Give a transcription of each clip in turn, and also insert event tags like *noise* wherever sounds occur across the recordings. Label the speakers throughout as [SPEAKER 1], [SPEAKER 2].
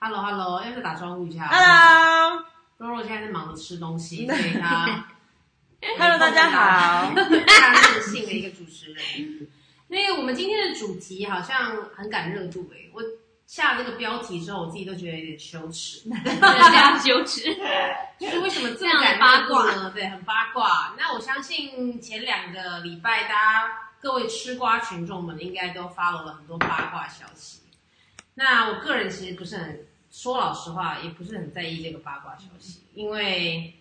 [SPEAKER 1] Hello Hello，要不要打招呼一下
[SPEAKER 2] *laughs* Hello，Hello，
[SPEAKER 1] 肉肉现在在忙着吃东西，所以他
[SPEAKER 2] 大家好。
[SPEAKER 1] 大任性的一个主持人。那个我们今天的主题好像很赶热度诶、我下这个标题之后，我自己都觉得有点羞耻， *laughs*
[SPEAKER 3] 非常羞耻。
[SPEAKER 1] 就是为什么这么赶热度呢？对，很八卦。那我相信前两个礼拜，大家各位吃瓜群众们应该都 follow 了很多八卦消息。那我个人其实不是很说老实话，也不是很在意这个八卦消息，因为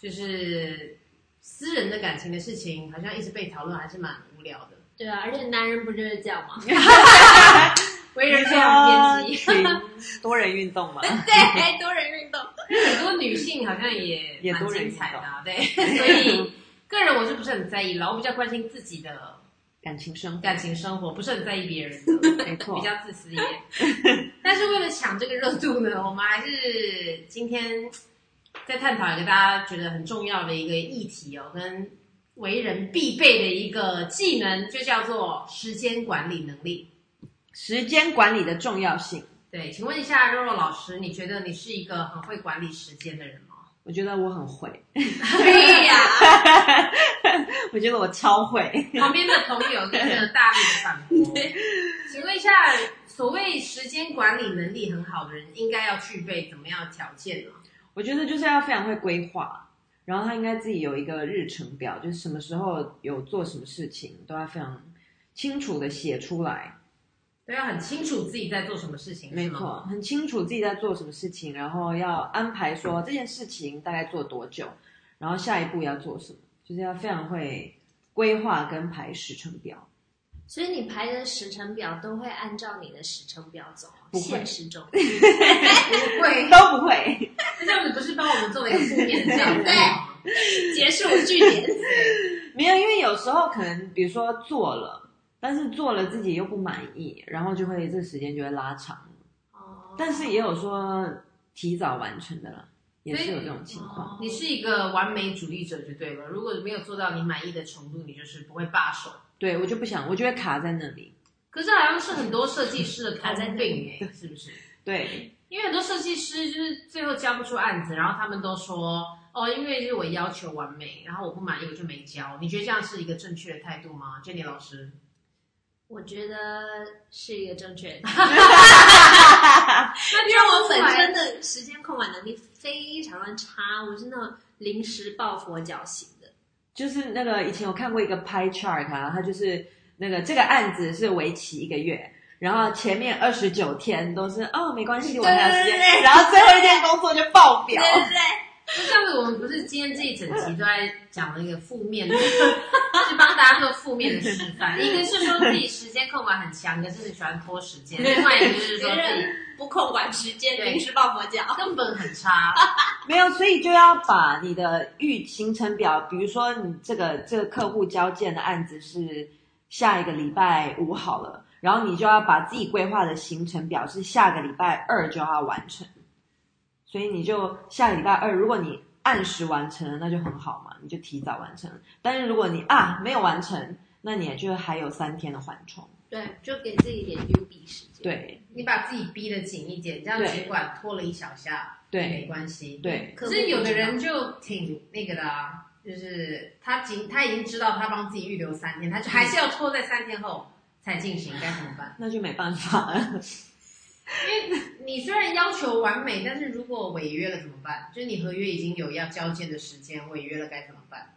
[SPEAKER 1] 就是私人的感情的事情，好像一直被讨论，还是蛮无聊的。
[SPEAKER 3] *laughs* 对啊，而且男人不就是这样吗？ *laughs*
[SPEAKER 1] 为人非常偏激，
[SPEAKER 2] *laughs* 群多人运动嘛，
[SPEAKER 3] 对，
[SPEAKER 1] *laughs*
[SPEAKER 3] 多人运动。
[SPEAKER 1] 很多女性好像也
[SPEAKER 2] 也
[SPEAKER 1] 蛮
[SPEAKER 2] 多人
[SPEAKER 1] 精彩的、啊，对，所
[SPEAKER 2] *laughs*
[SPEAKER 1] 以个人我是不是很在意了，我比较关心自己的
[SPEAKER 2] *laughs* 感情生活
[SPEAKER 1] 感情生活，不是很在意别人的，
[SPEAKER 2] 没错
[SPEAKER 1] 比较自私一点。但是为了抢这个热度呢，我们还是今天在探讨一个大家觉得很重要的一个议题哦，跟为人必备的一个技能，就叫做时间管理能力。
[SPEAKER 2] 时间管理的重要性，
[SPEAKER 1] 对，请问一下肉肉老师，你觉得你是一个很会管理时间的人吗？
[SPEAKER 2] 我觉得我很会，
[SPEAKER 3] 对呀，
[SPEAKER 2] 我觉得我超会。
[SPEAKER 1] *laughs* 旁边的朋友跟着大力的反
[SPEAKER 3] *laughs*
[SPEAKER 1] 驳。请问一下，所谓时间管理能力很好的人，应该要具备怎么样的条件呢？
[SPEAKER 2] *laughs* 我觉得就是要非常会规划，然后他应该自己有一个日程表，就是什么时候有做什么事情，都要非常清楚的写出来。
[SPEAKER 1] 都要很清楚自己在做什么事情，
[SPEAKER 2] 没
[SPEAKER 1] 是吗。
[SPEAKER 2] 错，很清楚自己在做什么事情，然后要安排说这件事情大概做多久，然后下一步要做什么，就是要非常会规划跟排时程表。
[SPEAKER 3] 所以你排的时程表都会按照你的时程表走啊，
[SPEAKER 2] 不会
[SPEAKER 3] 现实中。 *laughs*
[SPEAKER 1] 不会，
[SPEAKER 2] 都不会，
[SPEAKER 1] 这样子不是帮我们做了一个负面的效果？
[SPEAKER 3] *laughs* 对结束据 *laughs* 点。
[SPEAKER 2] *laughs* 没有，因为有时候可能比如说做了，但是做了自己又不满意，然后就会这时间就会拉长。
[SPEAKER 3] 哦
[SPEAKER 2] 但是也有说提早完成的啦，也
[SPEAKER 1] 所以
[SPEAKER 2] 是有这种情况。
[SPEAKER 1] 你是一个完美主义者就对了。如果没有做到你满意的程度，你就是不会罢手。
[SPEAKER 2] 对我就不想，我就会卡在那里。
[SPEAKER 1] 可是好像是很多设计师的
[SPEAKER 3] *laughs*
[SPEAKER 1] 通病哎、是不是？
[SPEAKER 2] 对，
[SPEAKER 1] 因为很多设计师就是最后交不出案子，然后他们都说哦，因为就是我要求完美，然后我不满意我就没交。你觉得这样是一个正确的态度吗，Jenny 老师？
[SPEAKER 3] 我觉得是一个正 *laughs* 确的，
[SPEAKER 1] 那
[SPEAKER 3] 因为我本身的时间控管能力非常的差，我是那种临时抱佛脚型的。
[SPEAKER 2] 就是那个以前我看过一个 pie chart 啊，它就是那个这个案子是为期一个月。然后前面二十九天都是哦，没关系，我还有时
[SPEAKER 3] 对
[SPEAKER 2] 间
[SPEAKER 3] 对。对
[SPEAKER 2] 然后最后一天工作就爆表，
[SPEAKER 3] 对对，
[SPEAKER 1] 就像我们不是今天这一整集都在讲那个负面 *laughs* 的，就是帮大家做负面的示范。一个是说自己时间控管很强，可是很喜欢拖时间；，另外一个就是说自己
[SPEAKER 3] 不控管时间，
[SPEAKER 1] 对
[SPEAKER 3] 临时抱佛脚。
[SPEAKER 1] 根本很差。
[SPEAKER 2] 没有，所以就要把你的预行程表，比如说你这个这个客户交件的案子是下一个礼拜五好了，然后你就要把自己规划的行程表是下个礼拜二就要完成，所以你就下个礼拜二，如果你按时完成了，那就很好嘛，你就提早完成。但是如果你啊没有完成，那你也就还有三天的缓冲。
[SPEAKER 3] 对，就给自己一点 U B 时间。
[SPEAKER 2] 对
[SPEAKER 1] 你把自己逼得紧一点，这样
[SPEAKER 2] 对
[SPEAKER 1] 尽管拖了一小下，也没
[SPEAKER 2] 对
[SPEAKER 1] 关系。
[SPEAKER 2] 对，
[SPEAKER 1] 可是有的人就挺那个的、啊，就是他仅他已经知道他帮自己预留三天，他就还是要拖在三天后才进行，该怎么办？
[SPEAKER 2] 那就没办法了。
[SPEAKER 1] 你虽然要求完美，但是如果违约了怎么办？就是你合约已经有要交件的时间，违约了该怎么办？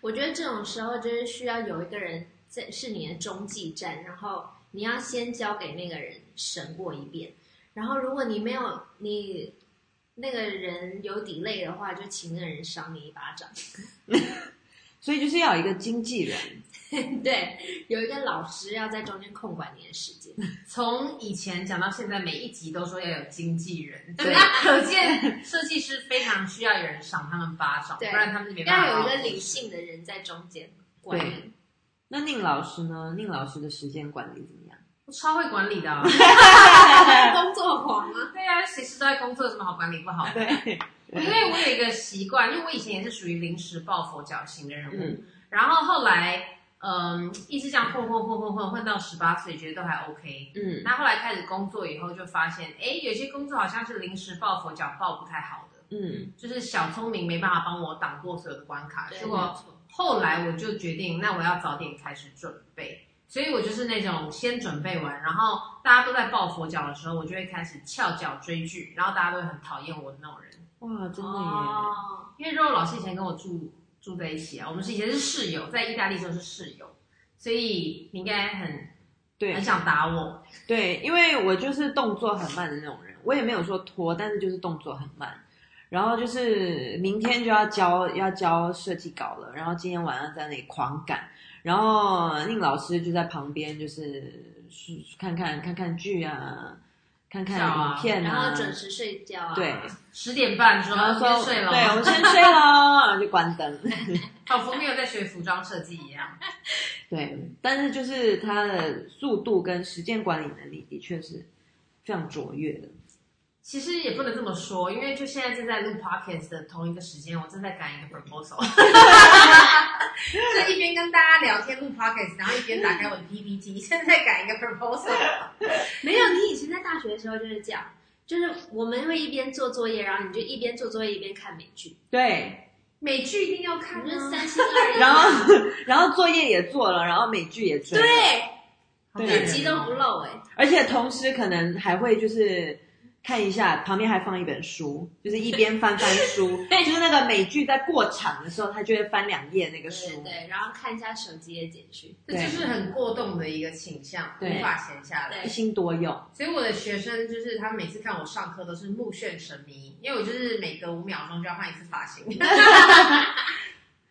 [SPEAKER 3] 我觉得这种时候就是需要有一个人在是你的中继站，然后你要先交给那个人审过一遍，然后如果你没有你那个人有底累的话，就请那个人赏你一巴掌。 *laughs*
[SPEAKER 2] 所以就是要有一个经纪人，
[SPEAKER 3] 对，有一个老师要在中间控管你的时间。
[SPEAKER 1] 从以前讲到现在，每一集都说要有经纪 *laughs* 人，
[SPEAKER 2] 对
[SPEAKER 1] 那可见设计师非常需要有人赏他们巴掌，不
[SPEAKER 3] 对
[SPEAKER 1] 然他们是没办法。
[SPEAKER 3] 要有一个理性的人在中间管
[SPEAKER 2] *laughs*
[SPEAKER 3] 理。
[SPEAKER 2] 那宁老师呢？宁老师的时间管理怎么样？
[SPEAKER 1] 我超会管理的、啊，
[SPEAKER 3] 工作狂啊，
[SPEAKER 1] 对啊，随时都在工作，有什么好管理不好的？
[SPEAKER 2] 对，
[SPEAKER 1] 因为我有一个习惯，因为我以前也是属于临时抱佛脚型的人物，
[SPEAKER 2] 嗯
[SPEAKER 1] 然后后来嗯，一直这样混混混混混混到十八岁，觉得都还 OK。
[SPEAKER 2] 嗯
[SPEAKER 1] 那后来开始工作以后，就发现，哎，有些工作好像是临时抱佛脚抱不太好的，
[SPEAKER 2] 嗯
[SPEAKER 1] 就是小聪明没办法帮我挡过所有的关卡。
[SPEAKER 3] 对
[SPEAKER 1] 结
[SPEAKER 3] 没
[SPEAKER 1] 果
[SPEAKER 3] 错
[SPEAKER 1] 后来我就决定，那我要早点开始准备。所以我就是那种先准备完，然后大家都在抱佛脚的时候，我就会开始翘脚追剧，然后大家都会很讨厌我的那种人。
[SPEAKER 2] 哇，真的耶！
[SPEAKER 3] 哦，
[SPEAKER 1] 因为肉老师以前跟我住住在一起啊，我们是以前是室友，在意大利的时候是室友，所以你应该很
[SPEAKER 2] 对
[SPEAKER 1] 很想打我。
[SPEAKER 2] 对，因为我就是动作很慢的那种人，我也没有说拖，但是就是动作很慢。然后就是明天就要交要交设计稿了，然后今天晚上在那里狂赶，然后宁老师就在旁边，就是是看看看看剧啊，看看
[SPEAKER 1] 笑啊
[SPEAKER 2] 影片啊，
[SPEAKER 3] 然后准时睡觉啊，
[SPEAKER 2] 对，
[SPEAKER 1] 十点半说
[SPEAKER 2] 然后说
[SPEAKER 1] 先睡了，
[SPEAKER 2] 对，
[SPEAKER 3] *laughs*
[SPEAKER 2] 我们先睡喽，然后就关灯。
[SPEAKER 1] 仿佛没有在学服装设计一样。
[SPEAKER 2] 对，但是就是他的速度跟时间管理能力的确是非常卓越的。
[SPEAKER 1] 其实也不能这么说，因为就现在正在录 podcast 的同一个时间，我正在赶一个 proposal，就一边跟大家聊天录 podcast，然后一边打开我的 *laughs* PPT，正在赶一个 proposal。
[SPEAKER 3] 没有，你以前在大学的时候就是这样，就是我们会一边做作业，然后你就一边做作业一边看美剧，
[SPEAKER 2] 对，
[SPEAKER 1] 美剧一定要看
[SPEAKER 3] 你就是
[SPEAKER 1] 啊，
[SPEAKER 3] 三
[SPEAKER 2] *laughs*
[SPEAKER 3] 心二意，
[SPEAKER 2] 然后然后作业也做了，然后美剧也追，
[SPEAKER 3] *laughs* 对，
[SPEAKER 2] 对
[SPEAKER 3] 一集都不漏
[SPEAKER 2] *laughs*
[SPEAKER 3] 哎、
[SPEAKER 2] 而且同时可能还会就是看一下旁边还放一本书，就是一边翻翻书，就是那个美剧在过场的时候，他就会翻两页那个
[SPEAKER 3] 对
[SPEAKER 2] 书。
[SPEAKER 3] 对，然后看一下手机的简讯，
[SPEAKER 1] 这就是很过动的一个倾向，
[SPEAKER 2] 对
[SPEAKER 1] 无法闲下来。
[SPEAKER 2] 一心多用，
[SPEAKER 1] 所以我的学生就是他每次看我上课都是目眩神迷，因为我就是每隔五秒钟就要换一次发
[SPEAKER 2] *laughs*
[SPEAKER 1] 型，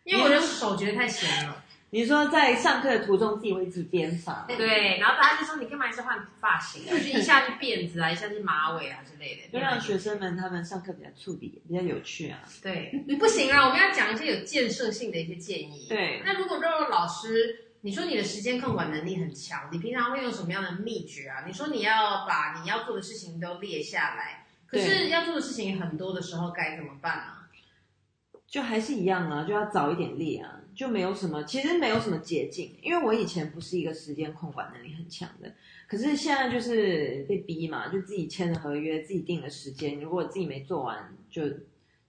[SPEAKER 1] 因为我的手觉得太闲了。
[SPEAKER 2] 你说在上课的途中自己会自己编发，
[SPEAKER 1] 对，然后大家就说你干嘛一直换发 *laughs* 型啊？就是一下是辫子啊，一下是马尾啊之类的。
[SPEAKER 2] 就让学生们他们上课比较触底，比较有趣啊。
[SPEAKER 1] 对，不行啊，我们要讲一些有建设性的一些建议。，
[SPEAKER 2] 对，
[SPEAKER 1] 那如果肉肉老师，你说你的时间控管能力很强，你平常会用什么样的秘诀啊？你说你要把你要做的事情都列下来，可是要做的事情很多的时候该怎么办啊？
[SPEAKER 2] 就还是一样啊，就要早一点列啊，就没有什么，其实没有什么捷径，因为我以前不是一个时间控管能力很强的，可是现在就是被逼嘛，就自己签了合约，自己定了时间，如果自己没做完，就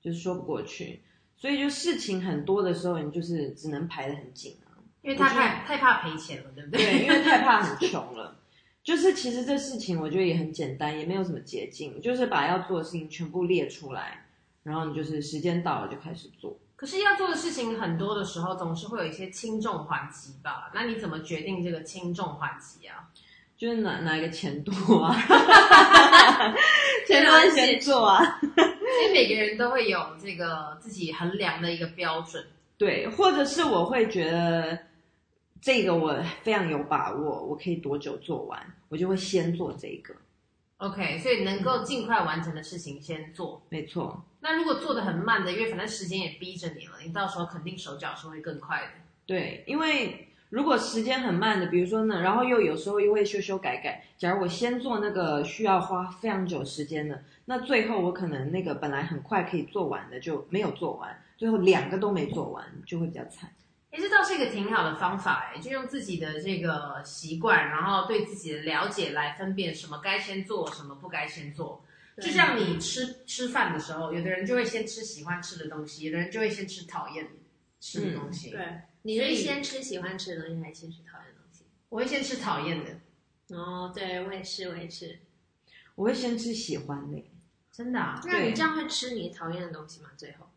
[SPEAKER 2] 就是说不过去，所以就事情很多的时候，你就是只能排得很紧啊，
[SPEAKER 1] 因为他太太怕赔钱了，对不对？
[SPEAKER 2] 对，因为太怕很穷了。就是其实这事情我觉得也很简单，也没有什么捷径，就是把要做的事情全部列出来，然后你就是时间到了就开始做。
[SPEAKER 1] *laughs* 可是要做的事情很多的时候，总是会有一些轻重缓急吧？那你怎么决定这个轻重缓急啊？
[SPEAKER 2] 就是哪哪一个钱多 *laughs* 啊？钱多钱做啊？
[SPEAKER 1] 所以每个人都会有这个自己衡量的一个标准。
[SPEAKER 2] 对，或者是我会觉得这个我非常有把握，我可以多久做完，我就会先做这个。
[SPEAKER 1] OK，所以能够尽快完成的事情先做。
[SPEAKER 2] 没错，
[SPEAKER 1] 那如果做的很慢的，因为反正时间也逼着你了，你到时候肯定手脚是会更快的。
[SPEAKER 2] 对，因为如果时间很慢的，比如说呢，然后又有时候又会修修改改。假如我先做那个需要花非常久时间的，那最后我可能那个本来很快可以做完的就没有做完，最后两个都没做完，就会比较惨。
[SPEAKER 1] 诶，这倒是一个挺好的方法诶，就用自己的这个习惯，然后对自己的了解来分辨什么该先做，什么不该先做。就像你吃吃饭的时候，有的人就会先吃喜欢吃的东西，有的人就会先吃讨厌吃的东西。
[SPEAKER 3] 对，你
[SPEAKER 1] 所
[SPEAKER 3] 是
[SPEAKER 1] 以
[SPEAKER 3] 先吃喜欢吃的东西，还是先吃讨厌的东西？
[SPEAKER 1] 我会先吃讨厌的，
[SPEAKER 3] 哦，对我也是，我也是。
[SPEAKER 2] 我会先吃喜欢的。
[SPEAKER 1] 真的、啊。
[SPEAKER 3] 那你
[SPEAKER 2] 对
[SPEAKER 3] 这样会吃你讨厌的东西吗？最
[SPEAKER 2] *laughs*
[SPEAKER 3] 后，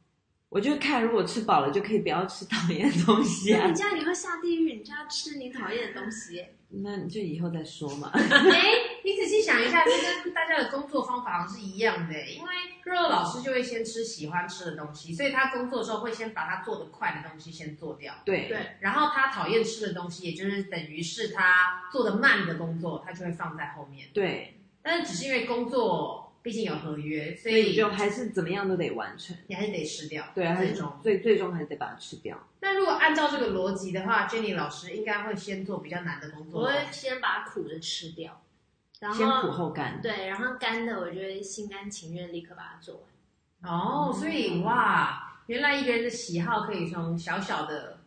[SPEAKER 2] 我就看，如果吃饱了就可以不要吃讨厌的东西
[SPEAKER 3] 那
[SPEAKER 2] 啊 *laughs*
[SPEAKER 3] 你。这样你会下地狱，你就要吃你讨厌的东西耶。
[SPEAKER 2] 那你就以后再说嘛。
[SPEAKER 1] 哎，你仔细想一下，这跟大家的工作方法好像是一样的欸诶，因为肉肉老师就会先吃喜欢吃的东西，所以他工作的时候会先把他做得快的东西先做掉。
[SPEAKER 2] 对
[SPEAKER 3] 对
[SPEAKER 1] 然后他讨厌吃的东西，也就是等于是他做的慢的工作，他就会放在后面。
[SPEAKER 2] 对，
[SPEAKER 1] 但是只是因为工作毕竟有合约，所
[SPEAKER 2] 所以
[SPEAKER 1] 以
[SPEAKER 2] 你就还是怎么样都得完成。
[SPEAKER 1] 你还是得吃掉。
[SPEAKER 2] 对，啊还
[SPEAKER 1] 最
[SPEAKER 2] 是
[SPEAKER 1] 终。
[SPEAKER 2] 最最终还是得把它吃掉。
[SPEAKER 1] 那如果按照这个逻辑的话，Jenny 老师应该会先做比较难的工
[SPEAKER 3] 我
[SPEAKER 1] 作。
[SPEAKER 3] 会先把苦的吃掉，然
[SPEAKER 2] 先苦
[SPEAKER 3] 后
[SPEAKER 2] 后甘。
[SPEAKER 3] 对，然后干的我就会心甘情愿立刻把它做完。嗯
[SPEAKER 1] 哦，所以哇，原来一个人的喜好可以从小小的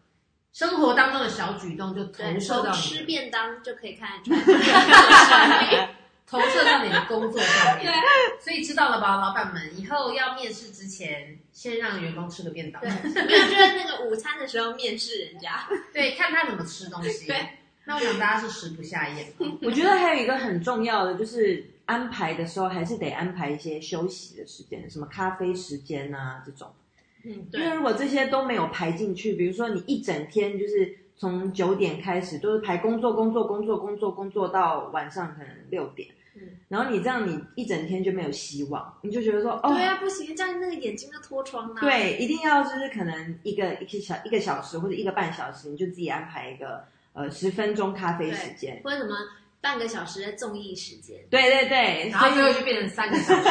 [SPEAKER 1] 生活当中的小举动就投
[SPEAKER 3] 对，
[SPEAKER 1] 射
[SPEAKER 3] 从
[SPEAKER 1] 到
[SPEAKER 3] 吃
[SPEAKER 1] 你的，
[SPEAKER 3] 便当就可以看得
[SPEAKER 2] *laughs*
[SPEAKER 3] 出来。
[SPEAKER 1] *laughs* 投射到你的工作上面。所以知道了吧，老板们，以后要面试之前，先让员工吃个便当
[SPEAKER 3] 对，，没有就是那个午餐的时候面试人家，
[SPEAKER 1] 对，看他怎么吃东西。
[SPEAKER 3] 对，
[SPEAKER 1] 那我想大家是食不下咽嘛。
[SPEAKER 2] 我觉得还有一个很重要的就是安排的时候，还是得安排一些休息的时间，什么咖啡时间啊这种。
[SPEAKER 3] 嗯，
[SPEAKER 2] 因为
[SPEAKER 3] 对，
[SPEAKER 2] 如果这些都没有排进去，比如说你一整天就是从九点开始，都是排工作、工作、工作、工作，工作到晚上可能六点，
[SPEAKER 3] 嗯
[SPEAKER 2] 然后你这样你一整天就没有希望，你就觉得说哦，
[SPEAKER 3] 对啊，不行，这样那个眼睛就脱窗啦。，
[SPEAKER 2] 对一定要就是可能一个一个小一个小时或者一个半小时，你就自己安排一个呃十分钟咖啡时间，
[SPEAKER 3] 或者什么半个小时的综艺时间，
[SPEAKER 2] 对对对，
[SPEAKER 1] 然后最
[SPEAKER 2] 所
[SPEAKER 1] 后
[SPEAKER 2] 以
[SPEAKER 1] 就变成三个小时。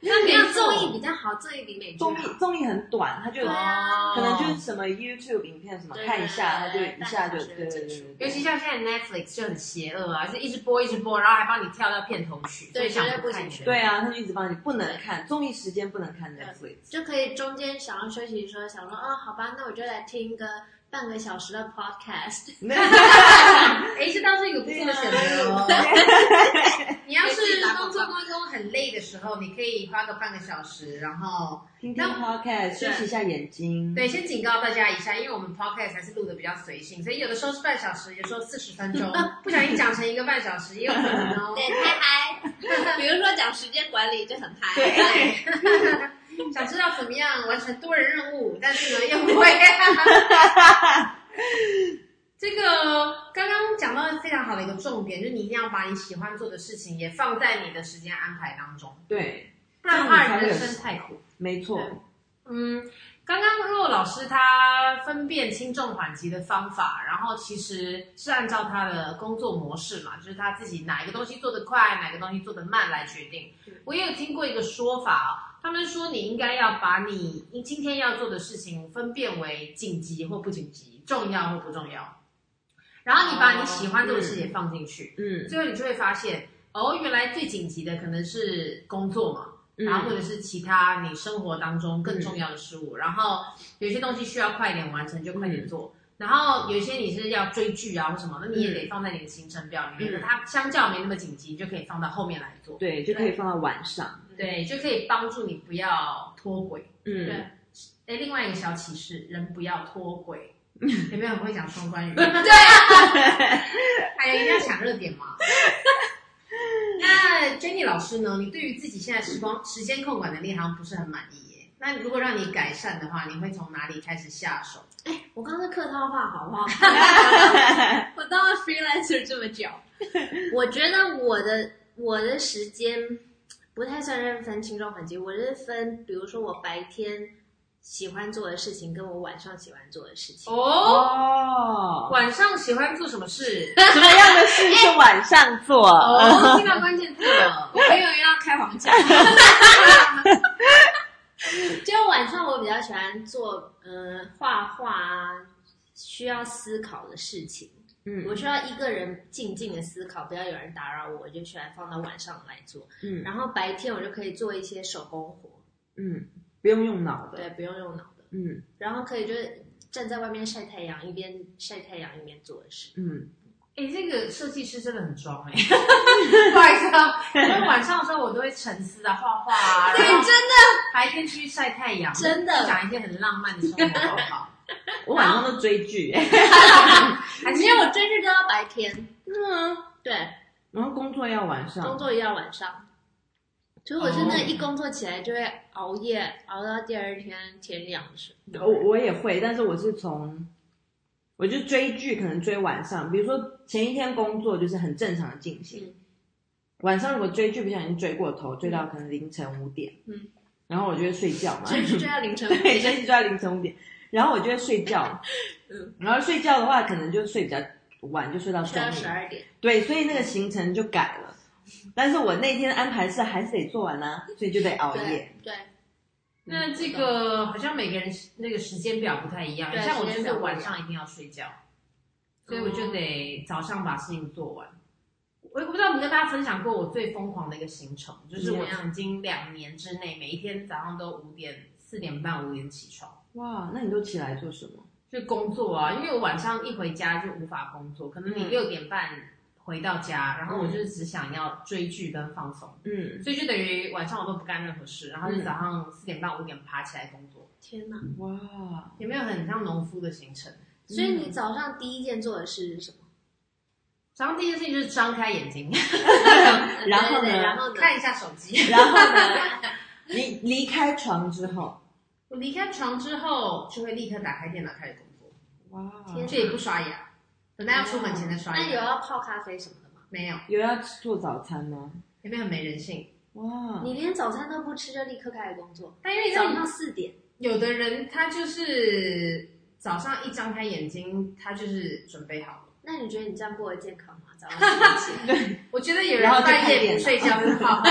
[SPEAKER 3] 那没
[SPEAKER 1] 没
[SPEAKER 3] 有
[SPEAKER 1] 错
[SPEAKER 3] 综艺比较好，综艺比美剧
[SPEAKER 2] 综艺
[SPEAKER 3] 好。
[SPEAKER 2] 综艺很短，它就
[SPEAKER 3] 对啊
[SPEAKER 2] 可能就是什么 YouTube 影片什么
[SPEAKER 3] 对
[SPEAKER 2] 看一下，它就
[SPEAKER 3] 对
[SPEAKER 2] 一下就
[SPEAKER 3] 半个
[SPEAKER 2] 对
[SPEAKER 3] 小时
[SPEAKER 2] 对
[SPEAKER 3] 结束
[SPEAKER 2] 对，
[SPEAKER 1] 尤其像现在 Netflix 就很邪恶啊，就一直播一直播，然后还帮你跳到片头曲，所以
[SPEAKER 3] 对
[SPEAKER 1] 想
[SPEAKER 3] 绝对不
[SPEAKER 1] 看
[SPEAKER 3] 行
[SPEAKER 2] 对啊，他就一直帮你不能看综艺时间不能看
[SPEAKER 3] 对
[SPEAKER 2] Netflix。
[SPEAKER 3] 就可以中间想要休息的时候，想说，哦，好吧，那我就来听个半个小时的
[SPEAKER 2] *laughs*
[SPEAKER 3] podcast，
[SPEAKER 1] 哎，这倒是一个不错的选择哦。
[SPEAKER 2] 啊
[SPEAKER 1] 你要是工作工作很累的时候，你可以花个半个小时，然后
[SPEAKER 2] 听听 podcast 休息一下眼睛。
[SPEAKER 1] 对，先警告大家一下，因为我们 podcast 还是录的比较随性，所以有的时候是半小时，有时候四十分钟，不小心讲成一个半小时也有可能哦。
[SPEAKER 3] 对，太嗨。 *laughs* 比如说讲时间管理就很嗨，
[SPEAKER 1] 对，想知道怎么样完成多人任务，但是呢又不会。这个刚刚讲到非常好的一个重点，就是你一定要把你喜欢做的事情也放在你的时间安排当中，
[SPEAKER 2] *laughs* 对，
[SPEAKER 1] 不然的话人生太苦。
[SPEAKER 2] 没错，
[SPEAKER 1] 嗯，刚刚若老师他分辨轻重缓急的方法，然后其实是按照他的工作模式嘛，就是他自己哪一个东西做得快，哪个东西做得慢来决定
[SPEAKER 3] 嗯。
[SPEAKER 1] 我也有听过一个说法、哦，他们说你应该要把你你今天要做的事情分辨为紧急或不紧急，重要或不重要，然后你把你喜欢做的事也放进去，
[SPEAKER 2] 嗯
[SPEAKER 1] 最后你就会发现，哦，原来最紧急的可能是工作嘛。然后或
[SPEAKER 2] 嗯，
[SPEAKER 1] 者是其他你生活当中更重要的事物，然后有些东西需要快点完成就快
[SPEAKER 2] 嗯
[SPEAKER 1] 点做，然后有一些你是要追剧啊或什么，那你也得放在你的行程表里面，
[SPEAKER 2] 嗯
[SPEAKER 1] 它相较没那么紧急，你就可以放到后面来做，
[SPEAKER 2] 对，就可以放到晚上。
[SPEAKER 1] 对，就可以帮助你不要脱轨。
[SPEAKER 2] 嗯
[SPEAKER 3] 对，
[SPEAKER 1] 哎，另外一个小启示，人不要脱轨。 *laughs* 有没有很会讲双关语？还有一定要抢热点嘛。那 Jenny 老师呢？你对于自己现在时光时间控管能力好像不是很满意耶。那如果让你改善的话，你会从哪里开始下手？
[SPEAKER 3] 我刚刚客套话
[SPEAKER 4] *laughs*
[SPEAKER 3] 好不好？我当了 freelancer 这么
[SPEAKER 4] *laughs*
[SPEAKER 3] 久，我觉得我的我的时间不太算是分轻重缓急，我是分，比如说我白天喜欢做的事情，跟我晚上喜欢做的事情。
[SPEAKER 1] 哦，
[SPEAKER 2] 哦，
[SPEAKER 1] 晚上喜欢做什么事？
[SPEAKER 2] 什么样的事是晚上
[SPEAKER 1] *laughs*
[SPEAKER 2] 做？
[SPEAKER 1] 哦，听到关键字了。
[SPEAKER 4] 我没有要开黄腔， *laughs*
[SPEAKER 3] 就晚上我比较喜欢做，呃，画画啊，需要思考的事情。我
[SPEAKER 2] 嗯
[SPEAKER 3] 需要一个人静静的思考，不要有人打扰我，我就喜欢放到晚上来做。
[SPEAKER 2] 嗯
[SPEAKER 3] 然后白天我就可以做一些手工活，
[SPEAKER 2] 嗯，不用用脑的。
[SPEAKER 3] 对，不用用脑的。
[SPEAKER 2] 嗯
[SPEAKER 3] 然后可以就是站在外面晒太阳，一边晒太阳一边做的事。
[SPEAKER 2] 嗯，
[SPEAKER 1] 哎，这个设计师真的很装哎，不好意思啊，因为晚上的时候我都会沉思啊，画画
[SPEAKER 2] 哎
[SPEAKER 1] 啊，然后
[SPEAKER 3] 真
[SPEAKER 1] 白天去晒太阳，
[SPEAKER 3] 真的
[SPEAKER 1] 讲一些很浪漫的生活，好
[SPEAKER 3] *laughs*
[SPEAKER 1] 不好？
[SPEAKER 2] 我晚上都追剧， *laughs*
[SPEAKER 3] 的，其实我追剧都要白天，
[SPEAKER 2] 嗯，
[SPEAKER 3] 对，
[SPEAKER 2] 然后工作要晚
[SPEAKER 3] 工
[SPEAKER 2] 上。
[SPEAKER 3] 作也要晚上。所以我真的，
[SPEAKER 2] 哦
[SPEAKER 3] 一工作起来就会熬夜，熬到第二天天亮的时候。
[SPEAKER 2] 我我也会，但是我是从，我就追剧，可能追晚上，比如说前一天工作就是很正常的进行，
[SPEAKER 3] 嗯
[SPEAKER 2] 晚上如果追剧不小心追过头，追到可能凌晨五点，
[SPEAKER 3] 嗯，
[SPEAKER 2] 然后我就会睡觉嘛，
[SPEAKER 3] *laughs*
[SPEAKER 2] *laughs*
[SPEAKER 3] 追剧追到凌晨五
[SPEAKER 2] 对，
[SPEAKER 3] 点，
[SPEAKER 2] 追剧追到凌晨五点，然后我就会睡觉，
[SPEAKER 3] 嗯，
[SPEAKER 2] 然后睡觉的话可能就睡比较晚，就睡到中
[SPEAKER 3] 睡到
[SPEAKER 2] 午
[SPEAKER 3] 十，二嗯点。
[SPEAKER 2] 对，所以那个行程就改了，但是我那天安排是还是得做完啦、所以就得熬夜，
[SPEAKER 3] 对对，
[SPEAKER 1] 那这个嗯好像每个人那个时间表不太一样，
[SPEAKER 3] 对
[SPEAKER 1] 像我就
[SPEAKER 3] 时
[SPEAKER 1] 是
[SPEAKER 3] 间表不一样
[SPEAKER 1] 晚上一定要睡觉，所以我就得早上把事情做完。我我不知道我们跟大家分享过我最疯狂的一个行程，就是我
[SPEAKER 2] 怎么样
[SPEAKER 1] 曾经两年之内每一天早上都五点、四点半、五点起床。
[SPEAKER 2] 哇，那你都起来做什么？
[SPEAKER 1] 就工作啊，因为我晚上一回家就无法工作，可能你
[SPEAKER 2] 嗯
[SPEAKER 1] 六点半回到家，然后我
[SPEAKER 2] 嗯
[SPEAKER 1] 就是只想要追剧跟放松，
[SPEAKER 2] 嗯，
[SPEAKER 1] 所以就等于晚上我都不干任何事，然后就早上四点半五点爬起来工作，
[SPEAKER 3] 天哪！
[SPEAKER 2] 嗯哇，
[SPEAKER 1] 有没有很像农夫的行程？
[SPEAKER 3] 所以你早上第一件做的事是什么？
[SPEAKER 1] 早上第一件事情就是张开眼睛
[SPEAKER 2] *laughs* 然后呢
[SPEAKER 3] 对对对然后呢？
[SPEAKER 1] 看一下手机，
[SPEAKER 2] *laughs* 然后呢，你离开床之后，
[SPEAKER 1] 我离开床之后就会立刻打开电脑开始工作，
[SPEAKER 2] 哇，
[SPEAKER 3] 天
[SPEAKER 1] 这也不刷牙，等到要出门前再刷
[SPEAKER 3] 那有
[SPEAKER 1] 牙，
[SPEAKER 3] 要泡咖啡什么的吗？
[SPEAKER 1] 没有，
[SPEAKER 2] 有要做早餐吗？
[SPEAKER 1] 有没有很没人性？
[SPEAKER 2] 哇，
[SPEAKER 3] 你连早餐都不吃就立刻开始工作，
[SPEAKER 1] 但因为
[SPEAKER 3] 早上四点，
[SPEAKER 1] 有的人他就是早上一张开眼睛，他就是准备好了。
[SPEAKER 3] 那你觉得你这样过得健 *laughs* 康吗？早上四点起来，
[SPEAKER 1] 我觉得有人
[SPEAKER 2] 然后就
[SPEAKER 1] 半
[SPEAKER 2] 看
[SPEAKER 1] 夜
[SPEAKER 2] 电
[SPEAKER 1] 不
[SPEAKER 2] 脑
[SPEAKER 1] 睡觉是好好的。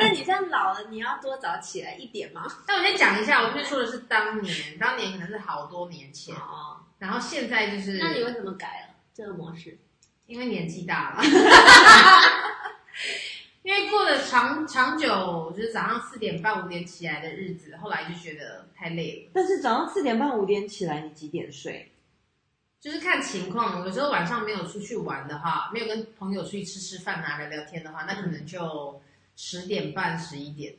[SPEAKER 3] 那你这样老了，你要多早起来一点吗？
[SPEAKER 1] *laughs* 但我先讲一下，我就是说的是当年，当年可能是好多年前，
[SPEAKER 3] 哦，
[SPEAKER 1] 然后现在就是，
[SPEAKER 3] 那你为什么改了这个模式？
[SPEAKER 1] 因为年纪大
[SPEAKER 3] *laughs*
[SPEAKER 1] 了，因为过了长长久，就是早上四点半五点起来的日子，后来就觉得太累了。
[SPEAKER 2] 但是早上四点半五点起来，你几点睡？
[SPEAKER 1] 就是看情况，有时候晚上没有出去玩的话，没有跟朋友出去吃吃饭啊、聊聊天的话，那可能就十点半、十一点。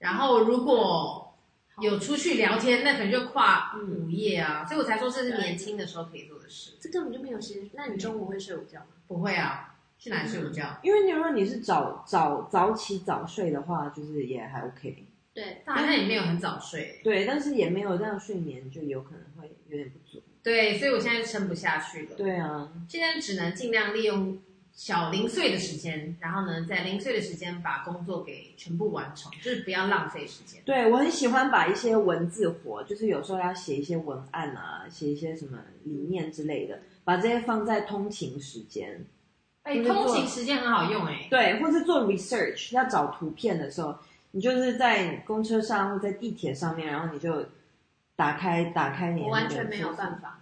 [SPEAKER 1] 然后如果有出去聊天，那可能就跨
[SPEAKER 3] 嗯
[SPEAKER 1] 午夜啊，所以我才说这是年轻的时候可以做的事。
[SPEAKER 3] 这根本就没有时间。那你中午会睡午觉吗？
[SPEAKER 1] 不会啊，去哪里睡午
[SPEAKER 3] 嗯
[SPEAKER 1] 觉？
[SPEAKER 2] 因为你如果你是早早早起早睡的话，就是也还 OK。
[SPEAKER 3] 对，
[SPEAKER 1] 但好像也没有很早睡。
[SPEAKER 2] 对，但是也没有这样睡眠，就有可能会有点不足。
[SPEAKER 1] 对，所以我现在就撑不下去了。
[SPEAKER 2] 对啊，
[SPEAKER 1] 现在只能尽量利用小零碎的时间，然后呢，在零碎的时间把工作给全部完成，就是不要浪费时间。
[SPEAKER 2] 对我很喜欢把一些文字活，就是有时候要写一些文案啊，写一些什么理念之类的，把这些放在通勤时间。
[SPEAKER 1] 哎、
[SPEAKER 2] 就是
[SPEAKER 1] 通
[SPEAKER 2] 做
[SPEAKER 1] 勤时间很好用哎、
[SPEAKER 2] 对，或是做 research 要找图片的时候，你就是在公车上或在地铁上面，然后你就打开打开你的
[SPEAKER 3] 我
[SPEAKER 2] 那个
[SPEAKER 3] 完全没有办
[SPEAKER 2] 法。
[SPEAKER 3] 法。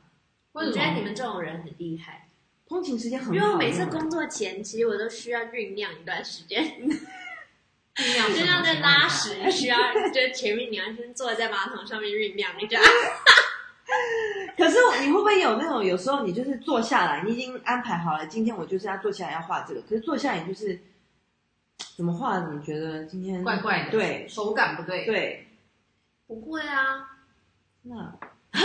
[SPEAKER 3] 我
[SPEAKER 1] 为什
[SPEAKER 3] 觉
[SPEAKER 1] 么
[SPEAKER 3] 得你们这种人很厉害，
[SPEAKER 2] 通勤时间很好
[SPEAKER 3] 因
[SPEAKER 2] 用
[SPEAKER 3] 为
[SPEAKER 2] 啊，
[SPEAKER 3] 我每次工作前，其实我都需要酝酿一段时间，
[SPEAKER 1] 酝酿
[SPEAKER 3] *laughs* 就
[SPEAKER 1] 什么
[SPEAKER 3] 像在拉屎
[SPEAKER 1] 情，
[SPEAKER 3] 需 *laughs* 要就前面你要先坐在马桶上面酝酿一下。
[SPEAKER 2] 可是你会不会有那种有时候你就是坐下来，你已经安排好了，今天我就是要坐下来要画这个，可是坐下来你就是怎么画？你觉得今天
[SPEAKER 1] 况下怪怪的，
[SPEAKER 2] 对
[SPEAKER 1] 手感不对，
[SPEAKER 2] 对，
[SPEAKER 3] 不会啊，
[SPEAKER 2] 那
[SPEAKER 1] 太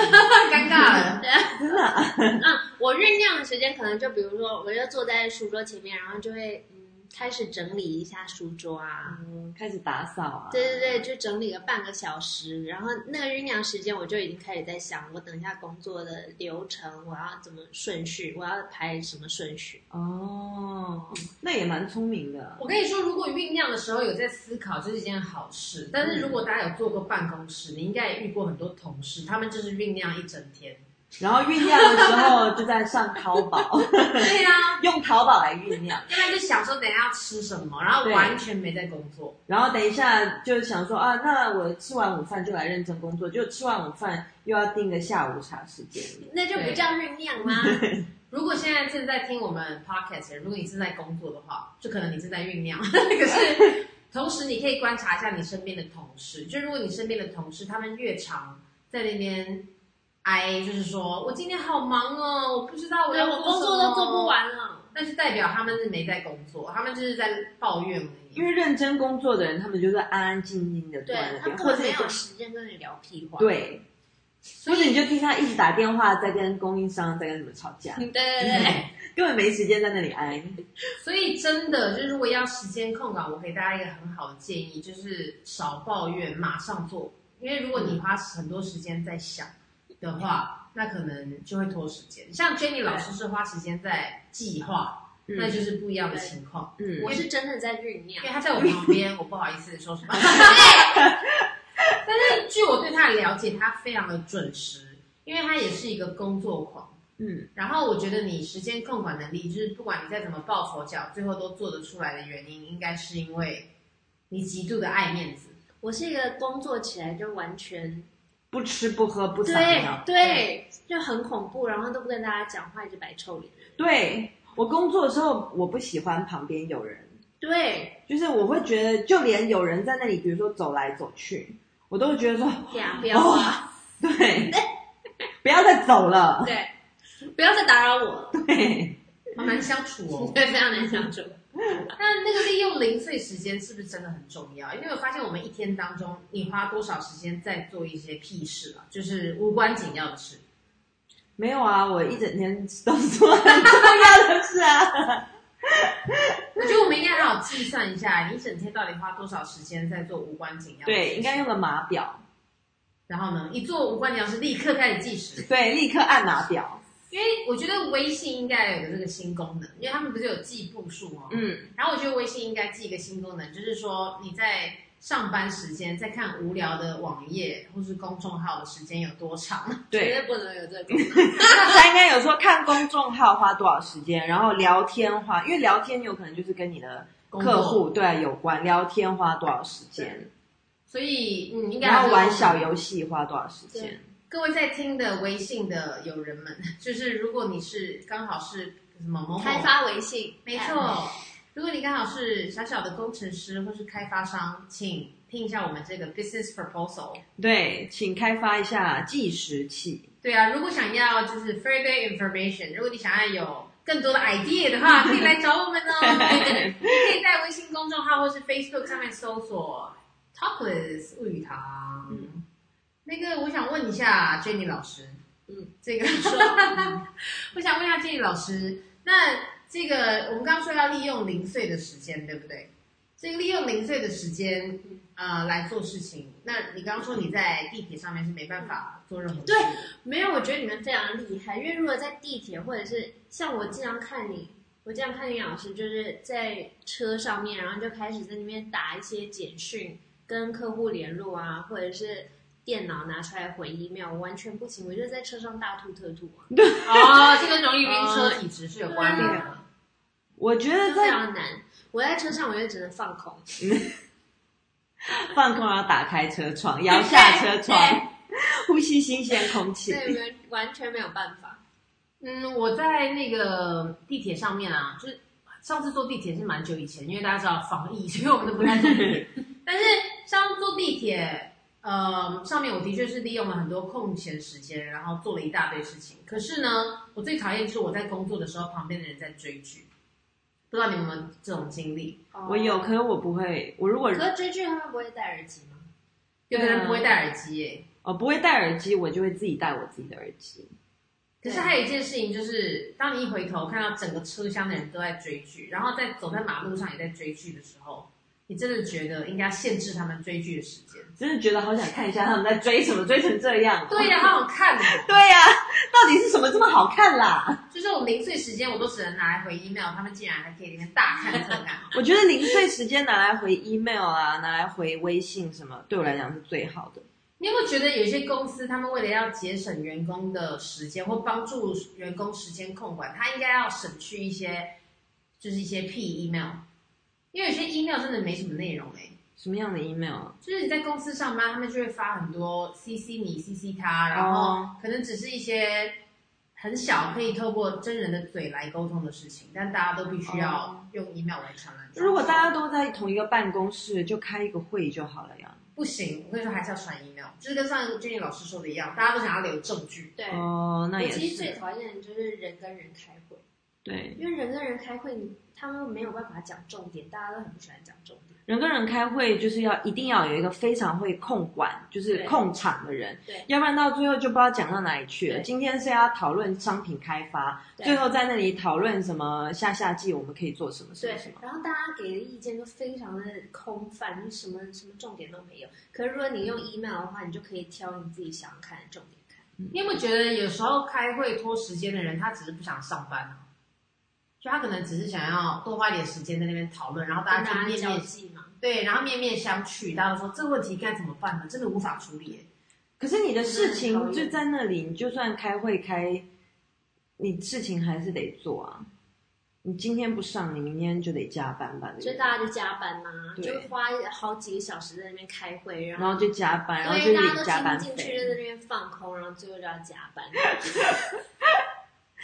[SPEAKER 1] 尴尬了。
[SPEAKER 2] *laughs*
[SPEAKER 3] 对啊。
[SPEAKER 2] 真的啊
[SPEAKER 3] *laughs* 嗯，我酝酿的时间可能就比如说，我就坐在书桌前面，然后就会嗯开始整理一下书桌啊。
[SPEAKER 2] 嗯开始打扫啊，
[SPEAKER 3] 对对对，就整理个半个小时，然后那个酝酿时间，我就已经开始在想，我等一下工作的流程，我要怎么顺序，我要排什么顺序。
[SPEAKER 2] 哦，那也蛮聪明的，
[SPEAKER 1] 我跟你说，如果酝酿的时候有在思考，这是一件好事。但是如果大家有做过办公室，你应该也遇过很多同事，他们就是酝酿一整天。
[SPEAKER 2] *laughs* 然后酝酿的时候就在上淘宝，
[SPEAKER 1] 对呀、
[SPEAKER 2] 用淘宝来酝酿，
[SPEAKER 1] 要不然就想说等一下要吃什么，然后
[SPEAKER 2] 对
[SPEAKER 1] 完全没在工作。
[SPEAKER 2] 然后等一下就想说啊，那我吃完午饭就来认真工作，就吃完午饭又要定个下午茶时间，
[SPEAKER 3] 那就不
[SPEAKER 1] 对
[SPEAKER 3] 叫酝酿啦、
[SPEAKER 1] 如果现在正在听我们 podcast，的人如果你正在工作的话，就可能你正在酝酿。 *laughs* 可是同时，你可以观察一下你身边的同事，就如果你身边的同事他们越常在那边哀，就是说我今天好忙哦，我不知道我
[SPEAKER 3] 对
[SPEAKER 1] 要
[SPEAKER 3] 我
[SPEAKER 1] 做
[SPEAKER 3] 工作
[SPEAKER 1] 什
[SPEAKER 3] 都
[SPEAKER 1] 么
[SPEAKER 3] 做不，完了。 *laughs*
[SPEAKER 1] 那就代表他们是没在工作，他们就是在抱怨而已。
[SPEAKER 2] 因为认真工作的人，他们就是安安静静的坐
[SPEAKER 3] 对
[SPEAKER 2] 在那
[SPEAKER 3] 他
[SPEAKER 2] 边，
[SPEAKER 3] 根
[SPEAKER 2] 或
[SPEAKER 3] 本 *laughs*
[SPEAKER 2] 者
[SPEAKER 3] 没
[SPEAKER 2] 你
[SPEAKER 3] 有时间跟你聊屁话。
[SPEAKER 2] 对，或者你就听他一直打电话，在跟供应商在跟什么吵架，
[SPEAKER 3] 对对对，
[SPEAKER 2] 根本没时间在那里挨。
[SPEAKER 1] 所以真的，就是如果要时间空档，我给大家一个很好的建议，就是少抱怨，马上做。因为如果你花很多时间在想的话，那可能就会拖时间。像 Jenny 老师是花时间在计划，那就是不一样的情况。
[SPEAKER 3] *laughs*
[SPEAKER 2] 嗯
[SPEAKER 3] 我是真的在酝
[SPEAKER 1] 因
[SPEAKER 3] 酿
[SPEAKER 1] 为。他在我旁边，我不好意思说什么。但是据我对他的了解，他非常的准时，因为他也是一个工作狂。
[SPEAKER 2] 嗯，
[SPEAKER 1] 然后我觉得你时间控管能力，就是不管你再怎么抱佛脚，最后都做得出来的原因，应该是因为你极度的爱面子。
[SPEAKER 3] 我是一个工作起来就完全
[SPEAKER 2] 不吃不喝不啊撒
[SPEAKER 3] 对
[SPEAKER 2] 尿。
[SPEAKER 3] 对，就很恐怖，然后都不跟大家讲话，一直摆臭脸。
[SPEAKER 2] 对我工作的时候，我不喜欢旁边有人，
[SPEAKER 3] 对，
[SPEAKER 2] 就是我会觉得，就连有人在那里，比如说走来走去，我都会觉得说，
[SPEAKER 3] 俩
[SPEAKER 2] 哦
[SPEAKER 3] 标啊，，
[SPEAKER 2] *laughs* 对，不要再走了。
[SPEAKER 3] 对，不要再打扰我了，
[SPEAKER 2] 对，
[SPEAKER 1] 好难相处
[SPEAKER 2] *laughs*
[SPEAKER 1] 哦。
[SPEAKER 3] 对，非常难相处。
[SPEAKER 1] 那那个利用零碎时间是不是真的很重要？因为我发现我们一天当中，你花多少时间在做一些屁事啊，就是无关紧要的事。
[SPEAKER 2] 没有啊，我一整天都做很重要的事 *laughs* 啊。
[SPEAKER 1] 我觉得我们应该好好计算一下，你一整天到底花多少时间在做无关紧要的事情
[SPEAKER 2] 对，应该用个码表，
[SPEAKER 1] 然后呢，一做无关紧要事，立刻开始计时。
[SPEAKER 2] 对，立刻按码表。
[SPEAKER 1] 因为我觉得微信应该有这个新功能，因为他们不是有记步数吗？
[SPEAKER 2] 嗯，
[SPEAKER 1] 然后我觉得微信应该记一个新功能，就是说你在上班时间在看无聊的网页或是公众号的时间有多长？
[SPEAKER 3] 绝
[SPEAKER 2] 对。
[SPEAKER 3] 对不能有这种。
[SPEAKER 2] 那他应该有说看公众号花多少时间，然后聊天花，因为聊天有可能就是跟你的
[SPEAKER 1] 工作
[SPEAKER 2] 客户对有关，聊天花多少时间，
[SPEAKER 1] 所以嗯，应该
[SPEAKER 2] 然后玩
[SPEAKER 1] 小
[SPEAKER 2] 小游戏花多少时间
[SPEAKER 3] 对。
[SPEAKER 1] 各位在听的微信的友人们， *laughs* 就是如果你是刚好是什么某某
[SPEAKER 3] 开，发微信，
[SPEAKER 1] 没
[SPEAKER 2] 嗯
[SPEAKER 1] 错，
[SPEAKER 2] 哎
[SPEAKER 1] 如果你刚好是小小的工程师或是开发商，请听一下我们这个 business proposal。
[SPEAKER 2] 对，请开发一下计时器。
[SPEAKER 1] 对啊，如果想要就是 further information，如果你想要有更
[SPEAKER 3] *laughs*
[SPEAKER 1] 多的 idea 的话，可以来找我们哦。你可以在微信公众号或是 Facebook 上面搜索 Talkless 物语堂。那个，我想问一下 Jenny 老师，
[SPEAKER 3] 嗯，
[SPEAKER 1] 这个
[SPEAKER 3] 哎。说
[SPEAKER 1] *laughs* 我想问一下建宇老师，那这个我们刚刚说要利用零碎的时间，对不对？这个利用零碎的时间，
[SPEAKER 3] 嗯
[SPEAKER 1] 呃，来做事情。那你刚刚说你在地铁上面是没办法做任何事，
[SPEAKER 3] 对，没有，我觉得你们非常厉害，因为如果在地铁或者是像我经常看你，我经常看你老师就是在车上面，然后就开始在那边打一些简讯，跟客户联络啊，或者是电脑拿出来回 email，我完全不行，我就在车上大吐特吐啊，
[SPEAKER 1] 哦，这跟容易晕车体质是有关联的。
[SPEAKER 2] 我觉得
[SPEAKER 3] 就非
[SPEAKER 2] 在
[SPEAKER 3] 常难。我在车上我就只能放空，
[SPEAKER 2] 放空，然后打开车
[SPEAKER 3] *laughs*
[SPEAKER 2] 窗，摇下车窗
[SPEAKER 3] 对，
[SPEAKER 2] *laughs* 呼吸新鲜空气。
[SPEAKER 3] 对，没有完全没有办法。
[SPEAKER 1] 嗯，我在那个地铁上面啊，就是上次坐地铁是蛮久以前，因为大家知道防疫，所以我们都不太坐地铁。 *laughs* 但是上次坐地铁，呃，上面我的确是利用了很多空闲时间，然后做了一大堆事情。可是呢，我最讨厌就是我在工作的时候，旁边的人在追剧。不知道你们有没有这种经历？
[SPEAKER 2] 我有，可是我不会，我如果
[SPEAKER 3] 可是追剧他们不会戴耳机吗？
[SPEAKER 1] 有的人不会戴耳机、耶。
[SPEAKER 2] 我哦不会戴耳机，我就会自己戴我自己的耳机。
[SPEAKER 1] 可是还有一件事情就是，当你一回头看到整个车厢的人都在追剧，然后在走在马路上也在追剧的时候，你真的觉得应该限制他们追剧的时间。
[SPEAKER 2] 真的觉得好想看一下他们在追什么，追成这样。
[SPEAKER 1] 对呀、好好看哦。
[SPEAKER 2] 对呀、到底是什么这么好看啦？
[SPEAKER 1] 就是我零碎时间我都只能拿来回 email，他们竟然还可以里面大看特看。 *laughs*
[SPEAKER 2] 我觉得零碎时间拿来回 email 啊，拿来回微信什么，对我来讲是最好的。
[SPEAKER 1] 你有没有觉得有一些公司他们为了要节省员工的时间或帮助员工时间控管，他应该要省去一些，就是一些屁 email，因为有些 email 真的没什么内容哎、
[SPEAKER 2] 什么样的 email？啊
[SPEAKER 1] 就是你在公司上班，他们就会发很多 CC 你 CC 他，然后可能只是一些很小可以透过真人的嘴来沟通的事情，但大家都必须要用 email 来传来传去。
[SPEAKER 2] 如果大家都在同一个办公室，就开一个会就好了呀。
[SPEAKER 1] 不行，我跟你说还是要传 email，就是跟上一个 Jenny 老师说的一样，大家都想要留证据。
[SPEAKER 3] 对，
[SPEAKER 2] 哦，那
[SPEAKER 3] 我
[SPEAKER 2] 也
[SPEAKER 3] 其实最
[SPEAKER 2] 是。
[SPEAKER 3] 讨厌的就是人跟人开会。
[SPEAKER 2] 对，
[SPEAKER 3] 因为人跟人开会，你他们没有办法讲重点，大家都很不喜欢讲重点。
[SPEAKER 2] 人跟人开会就是要一定要有一个非常会控管，就是
[SPEAKER 3] 对
[SPEAKER 2] 控场的人，
[SPEAKER 3] 对
[SPEAKER 2] 要不然到最后就不知道讲到哪里去了。
[SPEAKER 3] 对
[SPEAKER 2] 今天是要讨论商品开发，
[SPEAKER 3] 对
[SPEAKER 2] 最后在那里讨论什么下下季我们可以做什么什么什么。
[SPEAKER 3] 然后大家给的意见都非常的空泛，你什么什么重点都没有。可是如果你用 email 的话，你就可以挑你自己想看的重点看。
[SPEAKER 1] 你有没有觉得有时候开会拖时间的人，他只是不想上班啊就他可能只是想要多花一点时间在那边讨论，然后大
[SPEAKER 3] 跟
[SPEAKER 1] 家
[SPEAKER 3] 大
[SPEAKER 1] 去
[SPEAKER 3] 家
[SPEAKER 1] 面
[SPEAKER 3] 交
[SPEAKER 1] 面
[SPEAKER 3] 际嘛，
[SPEAKER 1] 对，然后面面相觑，大家都说这个问题该怎么办呢？真的无法处理耶。
[SPEAKER 2] 可是你的事
[SPEAKER 3] 真的很
[SPEAKER 2] 情
[SPEAKER 3] 讨厌
[SPEAKER 2] 就在那里，你就算开会开，你事情还是得做啊。你今天不上，你明天就得加班吧，对
[SPEAKER 3] 所以
[SPEAKER 2] 不对？
[SPEAKER 3] 大家就加班呐、
[SPEAKER 2] 对
[SPEAKER 3] 就花好几个小时在那边开会，然
[SPEAKER 2] 然
[SPEAKER 3] 后。
[SPEAKER 2] 后就加班，然后就
[SPEAKER 3] 对，大
[SPEAKER 2] 领加
[SPEAKER 3] 家
[SPEAKER 2] 班
[SPEAKER 3] 都听不进去，
[SPEAKER 2] 费。
[SPEAKER 3] 就在那边放空，然后最后就要加班。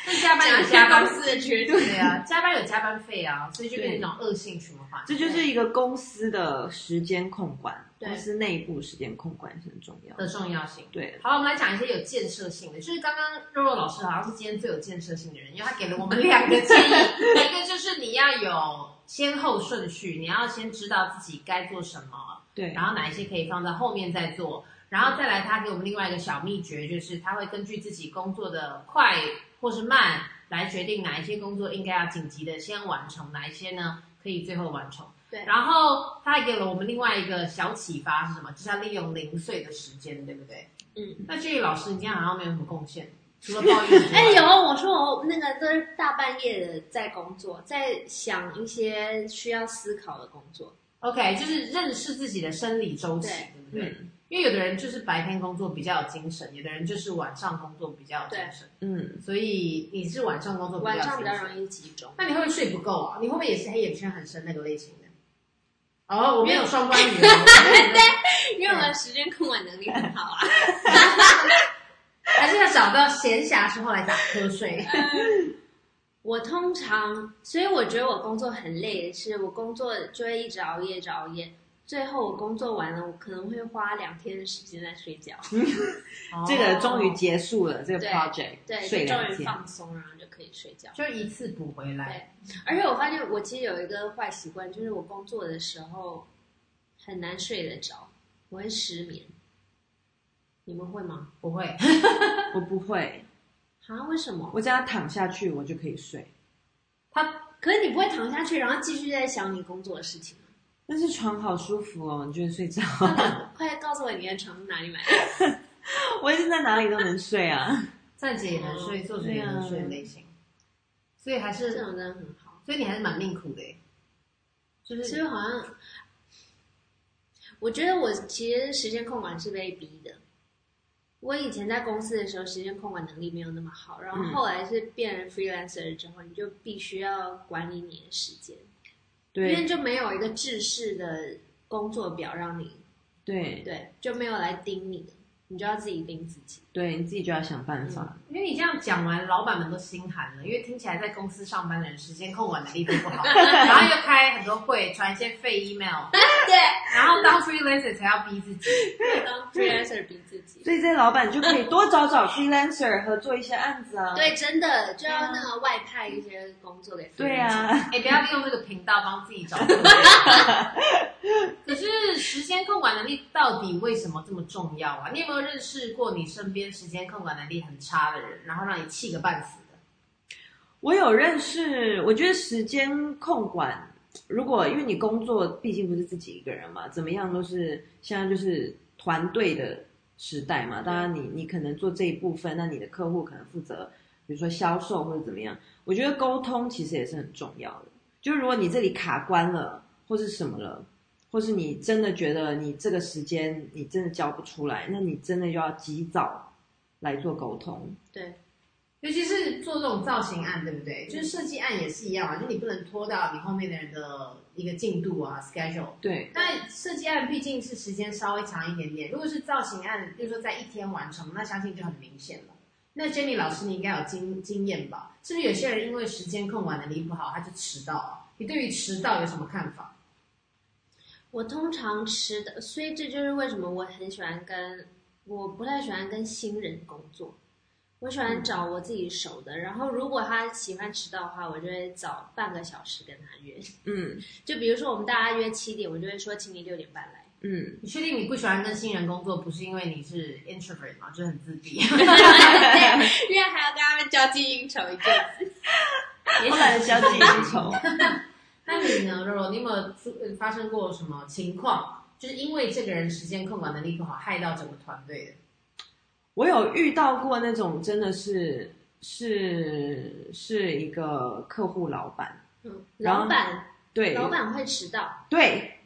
[SPEAKER 1] 但加班有加
[SPEAKER 3] 加
[SPEAKER 1] 班
[SPEAKER 3] 公，司的缺点，
[SPEAKER 1] 对啊，加班有加班费啊，所以就变成一种恶性循环。
[SPEAKER 2] 这就是一个公司的时间控管，
[SPEAKER 3] 对
[SPEAKER 2] 公司内部时间控管是很重要的。
[SPEAKER 1] 的重要性。
[SPEAKER 2] 对，
[SPEAKER 1] 好了，我们来讲一些有建设性的，就是刚刚肉肉老师好像是今天最有建设性的人，因为他给了我们两个建 *laughs* 议，一个就是你要有先后顺序，你要先知道自己该做什么，
[SPEAKER 2] 对，
[SPEAKER 3] 啊
[SPEAKER 1] 然后哪一些可以放在后面再做，然后再来他给我们另外一个小秘诀，就是他会根据自己工作的快或是慢来决定哪一些工作应该要紧急的先完成，哪一些呢可以最后完成。
[SPEAKER 3] *laughs* 对
[SPEAKER 1] 然后他还给了我们另外一个小启发是什么？就是要利用零碎的时间，对不对？
[SPEAKER 3] 嗯。
[SPEAKER 1] 那这个老师，你今天好像没有什么贡献，除了抱怨之外。
[SPEAKER 3] 哎，有我说我那个都是大半夜的在工作，在想一些需要思考的工作。
[SPEAKER 1] OK，就是认识自己的生理周期，
[SPEAKER 3] 对嗯
[SPEAKER 1] 对不对？因为有的人就是白天工作比较有精神，有的人就是晚上工作比较有精神，
[SPEAKER 2] 嗯，
[SPEAKER 1] 所以你是晚上工作比较
[SPEAKER 3] 晚
[SPEAKER 1] 有
[SPEAKER 3] 上
[SPEAKER 1] 精
[SPEAKER 3] 比较容
[SPEAKER 1] 神。
[SPEAKER 3] 易集中，
[SPEAKER 1] 那你会不会睡不够啊？你会不会也是黑眼圈很深那个类型的？哦，我没有双关语哦。我没有双关语
[SPEAKER 3] 因为我的时间控管能力很好啊。
[SPEAKER 1] *laughs*
[SPEAKER 3] *laughs*
[SPEAKER 1] 还是要找到闲暇时候来打瞌 *laughs* 睡。
[SPEAKER 3] 我通常，所以我觉得我工作很累，是我工作就会一直熬夜，一直熬夜。最后我工作完了，我可能会花两天的时间在睡觉，
[SPEAKER 2] 嗯这个终于
[SPEAKER 1] 哦
[SPEAKER 2] 结束了，这个
[SPEAKER 3] 对
[SPEAKER 2] project
[SPEAKER 3] 对，
[SPEAKER 2] 睡
[SPEAKER 3] 就终
[SPEAKER 2] 两
[SPEAKER 3] 于
[SPEAKER 2] 天，
[SPEAKER 3] 放松，然后就可以睡觉。
[SPEAKER 1] 就一次补回来。
[SPEAKER 3] 而且我发现我其实有一个坏习惯，就是我工作的时候很难睡得着，我会失眠。你们会吗？
[SPEAKER 1] 不会，
[SPEAKER 2] 我不会，
[SPEAKER 3] 啊？为什么？
[SPEAKER 2] 我只要躺下去我就可以睡，
[SPEAKER 1] 他
[SPEAKER 3] 可是你不会躺下去，然后继续在想你工作的事情吗？
[SPEAKER 2] 但是床好舒服哦，你就会睡着，
[SPEAKER 3] 快告诉我你的床是哪里买的？
[SPEAKER 2] *laughs* 我一直在哪里都能睡啊。
[SPEAKER 1] 站姐也能睡，坐着也能睡的类型，所以还
[SPEAKER 3] 这
[SPEAKER 1] 哦是，啊
[SPEAKER 3] 种真的很好。
[SPEAKER 1] 所以你还是蛮命苦的耶。就
[SPEAKER 3] 其
[SPEAKER 1] 是
[SPEAKER 3] 实好像，我觉得我其实时间控管是被逼的。我以前在公司的时候，时间控管能力没有那么好，然后
[SPEAKER 2] 嗯
[SPEAKER 3] 后来是变成 freelancer 之后，你就必须要管理你的时间，因为
[SPEAKER 2] 对
[SPEAKER 3] 就没有一个制式的工作表让你
[SPEAKER 2] 对
[SPEAKER 3] 对，就没有来盯你，你就要自己盯自己。
[SPEAKER 2] 对，你自己就要想办法。
[SPEAKER 3] 嗯
[SPEAKER 1] 因为你这样讲完，老板们都心寒了，因为听起来在公司上班的人时间控管能力都不 *laughs* 好，然后又开很多会，传一些废 email，
[SPEAKER 3] 对， *laughs*
[SPEAKER 1] 然后当 freelancer 才要逼自己。
[SPEAKER 3] 当 freelancer 逼自
[SPEAKER 2] *laughs*
[SPEAKER 3] 己。
[SPEAKER 2] 所以这些老板就可以多找找 freelancer 合作一些案子啊。
[SPEAKER 3] 对，真的就要那个外派一些工作给
[SPEAKER 2] 对
[SPEAKER 3] freelancer
[SPEAKER 2] 啊，
[SPEAKER 1] 哎、不要利用这个频道帮自己找工作。可是时间控管能力到底为什么这么重要啊？你有没有认识过你身边时间控管能力很差的人，然后让你气个半死的？
[SPEAKER 2] 我有认识，我觉得时间控管，如果因为你工作毕竟不是自己一个人嘛，怎么样都是现在就是团队的时代嘛。当然你，你可能做这一部分，那你的客户可能负责，比如说销售或者怎么样。我觉得沟通其实也是很重要的。就如果你这里卡关了，或是什么了，或是你真的觉得你这个时间你真的交不出来，那你真的就要及早来做沟通。
[SPEAKER 3] 对，
[SPEAKER 1] 尤其是做这种造型案，对不对？就是设计案也是一样啊，就你不能拖到你后面的人的一个进度啊 schedule。
[SPEAKER 2] 对
[SPEAKER 1] 但设计案毕竟是时间稍微长一点点，如果是造型案，就是说在一天完成，那相信就很明显了。那 Jenny 老师，你应该有经经验吧？是不是有些人因为时间控管能力不好，他就迟到啊？你对于迟到有什么看法？
[SPEAKER 3] 我通常吃的，所以这就是为什么我很喜欢跟，我不太喜欢跟新人工作，我喜欢找我自己熟的。然后如果他喜欢迟到的话，我就会早半个小时跟他约。 *laughs*
[SPEAKER 2] 嗯
[SPEAKER 3] 就比如说我们大家约七点，我就会说请你六点半来。 *laughs*
[SPEAKER 2] 嗯。 *laughs*
[SPEAKER 1] 你确定你不喜欢跟新人工作，不是因为你是 introvert 吗？就是很自闭，
[SPEAKER 3] 对，因为还要跟他们交际应酬一阵子。
[SPEAKER 1] 也
[SPEAKER 2] 我懒得交际应酬。
[SPEAKER 1] 那你呢，柔柔？你有没有出呃发生过什么情况？就是因为这个人时间控管能力不好，害到整个团队的？
[SPEAKER 2] *laughs* 我有遇到过那种真的是是是一个客户老板，
[SPEAKER 3] 嗯，
[SPEAKER 2] 然后
[SPEAKER 3] 老板，
[SPEAKER 2] 对
[SPEAKER 3] 老板会迟到，
[SPEAKER 2] 对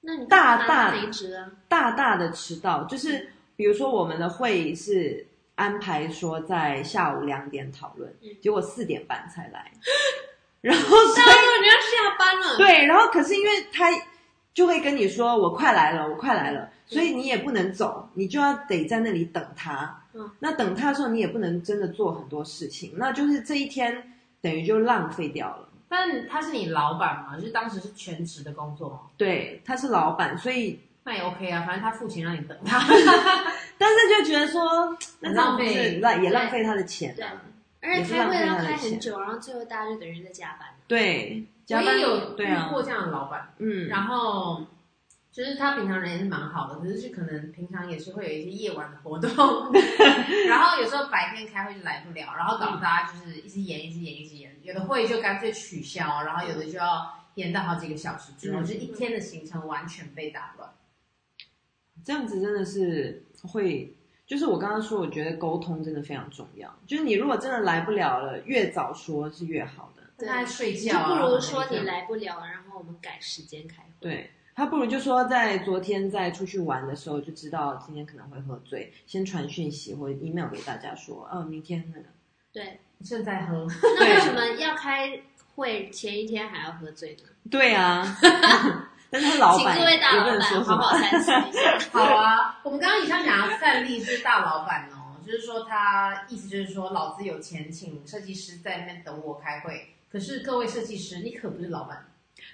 [SPEAKER 3] 那你
[SPEAKER 2] 大
[SPEAKER 3] 干嘛
[SPEAKER 2] 大
[SPEAKER 3] 离职啊？
[SPEAKER 2] 大大的迟到，就是比如说我们的会议是安排说在下午两点讨论
[SPEAKER 3] 嗯，
[SPEAKER 2] 结果四点半才来， *laughs* 然后所以
[SPEAKER 3] 你要下
[SPEAKER 2] *laughs*
[SPEAKER 3] 班了。
[SPEAKER 2] 对，然后可是因为他就会嗯跟你说我快来了，我快来了，所以你也不能走，你就要得在那里等他。
[SPEAKER 3] 嗯，
[SPEAKER 2] 那等他的时候，你也不能真的做很多事情，那就是这一天等于就浪费掉了。
[SPEAKER 1] 但他是你老板嘛，就是当时是全职的工作嘛，
[SPEAKER 2] 对，他是老板，所以
[SPEAKER 1] 那也 OK 啊，反正他付钱让你等
[SPEAKER 3] *laughs*
[SPEAKER 1] 他。
[SPEAKER 2] 但是就觉得说，那这样不
[SPEAKER 1] 浪
[SPEAKER 2] 是
[SPEAKER 1] 费
[SPEAKER 2] 嗯浪也浪费他的钱
[SPEAKER 3] 对
[SPEAKER 2] 啊？
[SPEAKER 3] 而且
[SPEAKER 2] 也是
[SPEAKER 3] 开
[SPEAKER 2] 浪
[SPEAKER 3] 会
[SPEAKER 2] 费
[SPEAKER 3] 要
[SPEAKER 2] 他的
[SPEAKER 3] 开很
[SPEAKER 2] 钱
[SPEAKER 3] 久，然后最后大家就等于在加班。
[SPEAKER 2] 对，加
[SPEAKER 1] 我
[SPEAKER 2] 班
[SPEAKER 1] 也有
[SPEAKER 2] 对
[SPEAKER 1] 遇
[SPEAKER 2] 啊，
[SPEAKER 1] 过这样的老板，
[SPEAKER 2] 嗯，
[SPEAKER 1] 然后就是他平常人也是蛮好的，只是可能平常也是会有一些夜晚的活
[SPEAKER 3] *laughs*
[SPEAKER 1] 动， *laughs* 然后有时候白天开会就来不了，然后搞得大家就是一直延，一直延，一直延，有的会就干脆取消，然后有的就要延到好几个小时之后，
[SPEAKER 2] 嗯
[SPEAKER 1] 就是一天的行程完全被打乱。
[SPEAKER 2] 这样子真的是会，就是我刚刚说，我觉得沟通真的非常重要。就是你如果真的来不了了，越早说是越好的。
[SPEAKER 3] 对
[SPEAKER 1] 他在睡
[SPEAKER 3] 你
[SPEAKER 1] 觉、
[SPEAKER 3] 就
[SPEAKER 1] 啊，
[SPEAKER 3] 不如说你
[SPEAKER 1] 然后
[SPEAKER 3] 来不了，然后我们改时间开会。
[SPEAKER 2] 对他不如就说，在昨天在出去玩的时候就知道今天可能会喝醉，先传讯息或 email 给大家说，哦，明天那个。
[SPEAKER 3] 对，
[SPEAKER 1] 正在喝，
[SPEAKER 3] 那为什么要开会前一天还要喝醉呢？
[SPEAKER 2] 对啊， *laughs* 但是他老
[SPEAKER 3] 请
[SPEAKER 2] 板
[SPEAKER 3] 各位大
[SPEAKER 2] 也
[SPEAKER 3] 老
[SPEAKER 2] 不能说
[SPEAKER 3] 板
[SPEAKER 2] 什
[SPEAKER 3] 好好
[SPEAKER 2] 么。
[SPEAKER 3] 反省一
[SPEAKER 2] *laughs*
[SPEAKER 3] 下。
[SPEAKER 1] 好啊，我们刚刚以上讲的范例是大老板哦，就是说他意思就是说，老子有钱，请设计师在那边等我开会。可是各位设计师，你可不是老板，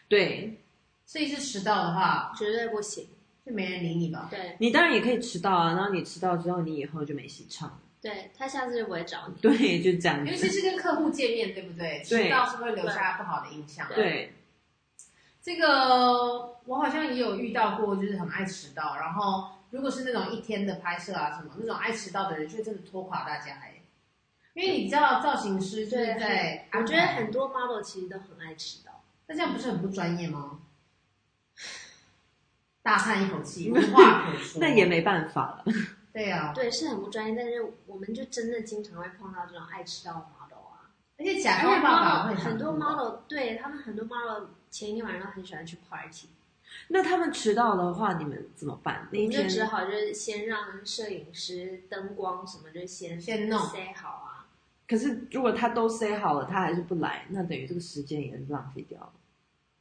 [SPEAKER 2] 对
[SPEAKER 1] 设计师迟到的话，
[SPEAKER 3] 绝对不行。
[SPEAKER 1] 就没人理你吧？
[SPEAKER 3] 对
[SPEAKER 2] 你当然也可以迟到啊，然后你迟到之后，你以后就没戏唱了。
[SPEAKER 3] 对，他下次就不会找你。
[SPEAKER 2] 对，就这样
[SPEAKER 3] 嗯
[SPEAKER 1] 尤
[SPEAKER 2] 子
[SPEAKER 1] 其。是跟客户见面，对不对？
[SPEAKER 2] 对
[SPEAKER 1] 迟到是会留下不好的印象。
[SPEAKER 2] 对，
[SPEAKER 1] 这个我好像也有遇到过，就是很爱迟到，然后如果是那种一天的拍摄啊什么，那种爱迟到的人，就真的拖垮大家哎。因为你知道，造型师就是
[SPEAKER 3] 对
[SPEAKER 1] 在安排，
[SPEAKER 3] 我觉得很多 model 其实都很爱迟到。
[SPEAKER 1] 那这样不是很不专业吗？ *laughs* 大叹一口
[SPEAKER 2] *laughs*
[SPEAKER 1] 气，无话可说。
[SPEAKER 2] 那也没办法了。
[SPEAKER 1] 对啊，
[SPEAKER 3] 对，是很不专业，但是我们就真的经常会碰到这种爱迟到的 model 啊。
[SPEAKER 1] 而且
[SPEAKER 2] 哎
[SPEAKER 1] 假
[SPEAKER 3] 而且
[SPEAKER 1] 装爸爸
[SPEAKER 3] model
[SPEAKER 1] 会
[SPEAKER 3] 很多
[SPEAKER 1] 哭吧
[SPEAKER 3] model 对他们很多 model 前一天晚上都很喜欢去 party，
[SPEAKER 2] 那他们迟到的话，你们怎么办？那
[SPEAKER 3] 我
[SPEAKER 2] 一
[SPEAKER 3] 们就
[SPEAKER 2] 天
[SPEAKER 3] 只好就是先让摄影师、灯光什么就先
[SPEAKER 1] 先弄
[SPEAKER 3] say 好啊。
[SPEAKER 2] 可是如果他都 say 好了，他还是不来，那等于这个时间也是浪费掉了，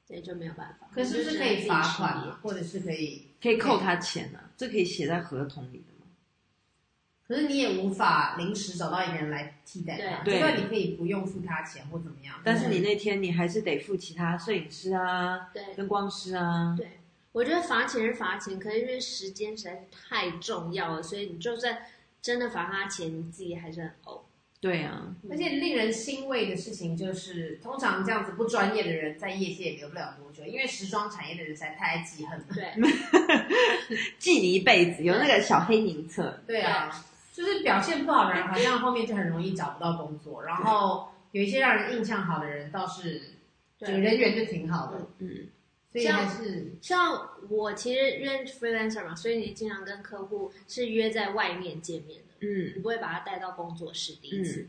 [SPEAKER 3] 对，就没有办法。
[SPEAKER 1] 可是不是可
[SPEAKER 3] 就
[SPEAKER 1] 以
[SPEAKER 3] 只能
[SPEAKER 1] 罚
[SPEAKER 3] 自己
[SPEAKER 1] 款
[SPEAKER 3] 处理
[SPEAKER 1] 啊，或者是可以？
[SPEAKER 2] 可以扣他钱啊，这可以写在合同里的吗？
[SPEAKER 1] 可是你也无法临时找到一个人来替代他，
[SPEAKER 2] 对
[SPEAKER 1] 这
[SPEAKER 3] 啊
[SPEAKER 1] 个你可以不用付他钱或怎么样。
[SPEAKER 2] 但是你那天你还是得付其他摄影师啊、
[SPEAKER 3] 对，
[SPEAKER 2] 灯光师啊，
[SPEAKER 3] 对，我觉得罚钱是罚钱，可是因为时间实在是太重要了，所以你就算真的罚他钱，你自己还是很呕。
[SPEAKER 2] 对啊，
[SPEAKER 1] 而且令人欣慰的事情就是，通常这样子不专业的人在业界也留不了多久，因为时装产业的人实在太记恨了。
[SPEAKER 3] 对，
[SPEAKER 1] *laughs*
[SPEAKER 2] 记你一辈子，有那个小黑名册，
[SPEAKER 1] 对啊，就是表现不好的人，好像后面就很容易找不到工作。然后有一些让人印象好的人，倒是这个
[SPEAKER 3] 对
[SPEAKER 1] 人缘就挺好的，
[SPEAKER 2] 嗯，
[SPEAKER 1] 所以还是
[SPEAKER 3] 像我其实因为 freelancer 嘛，所以你经常跟客户是约在外面见面的，
[SPEAKER 2] 嗯
[SPEAKER 3] 你不会把他带到工作室第一次。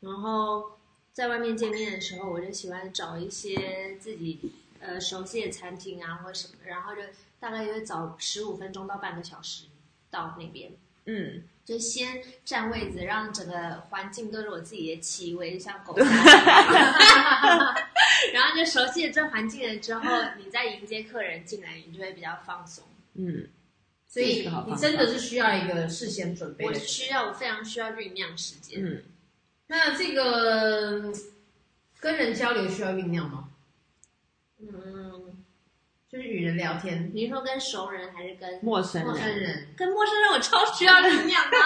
[SPEAKER 3] 然后在外面见面的时候，我就喜欢找一些自己呃熟悉的餐厅啊或什么的，然后就大概约早十五分钟到半个小时到那边。
[SPEAKER 2] 嗯，
[SPEAKER 3] 就先占位子，让整个环境都是我自己的气味，就像狗下蛋。然后就熟悉了这环境了之后，你再迎接客人进来，你就会比较放松。
[SPEAKER 2] 嗯，
[SPEAKER 1] 所
[SPEAKER 2] 这是
[SPEAKER 1] 以
[SPEAKER 2] 个好方
[SPEAKER 1] 你
[SPEAKER 2] 法
[SPEAKER 1] 真的是需要一个事先准备
[SPEAKER 3] 我
[SPEAKER 1] 的
[SPEAKER 3] 是。需要，我非常需要酝酿时间。
[SPEAKER 2] 嗯，
[SPEAKER 1] 那这个嗯跟人交流需要酝酿吗？
[SPEAKER 3] 嗯，
[SPEAKER 1] 就是与人聊天，
[SPEAKER 3] 你是说跟熟人还是跟
[SPEAKER 2] 陌生
[SPEAKER 1] 陌生
[SPEAKER 2] 人，
[SPEAKER 1] 人，
[SPEAKER 3] 跟陌生人？我超需要酝酿
[SPEAKER 2] *laughs*
[SPEAKER 3] 的、啊。